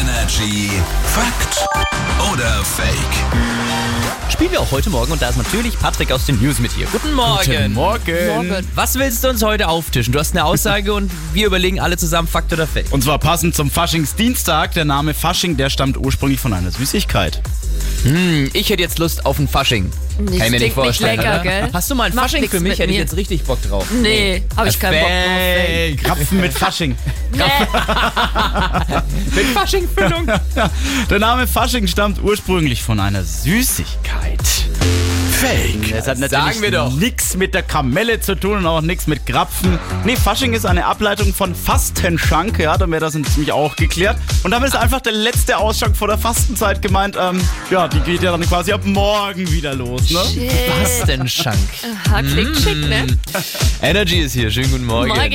Energy Fakt oder Fake? Spielen wir auch heute Morgen und da ist natürlich Patrick aus den News mit hier. Guten Morgen. Ähm, Oh Morgen. Was willst du uns heute auftischen? Du hast eine Aussage und wir überlegen alle zusammen, Fakt oder Fake. Und zwar passend zum Faschingsdienstag. Der Name Fasching, der stammt ursprünglich von einer Süßigkeit. Ich hätte jetzt Lust auf ein Fasching. Kann ich mir stinkt nicht vorstellen. nicht lecker, oder? gell? Hast du mal ein Macht Fasching nix für mich? mit Hätte ich mir. jetzt richtig Bock drauf. Nee, habe ich keinen Bock Fake. Krapfen mit Fasching. drauf. Mit Faschingfüllung. Der Name Fasching stammt ursprünglich von einer Süßigkeit. Fake. Das hat natürlich Sagen wir doch. nichts mit der Kamelle zu tun und auch nichts mit Krapfen. Nee, Fasching ist eine Ableitung von Fastenschank, ja, dann wäre das nämlich auch geklärt. Und damit ist einfach der letzte Ausschank vor der Fastenzeit gemeint. Ähm, ja, die geht ja dann quasi ab morgen wieder los, ne? Nee. Was denn, Schank? Aha, klingt schick, ne? Energy ist hier. Schönen guten Morgen. Morgen.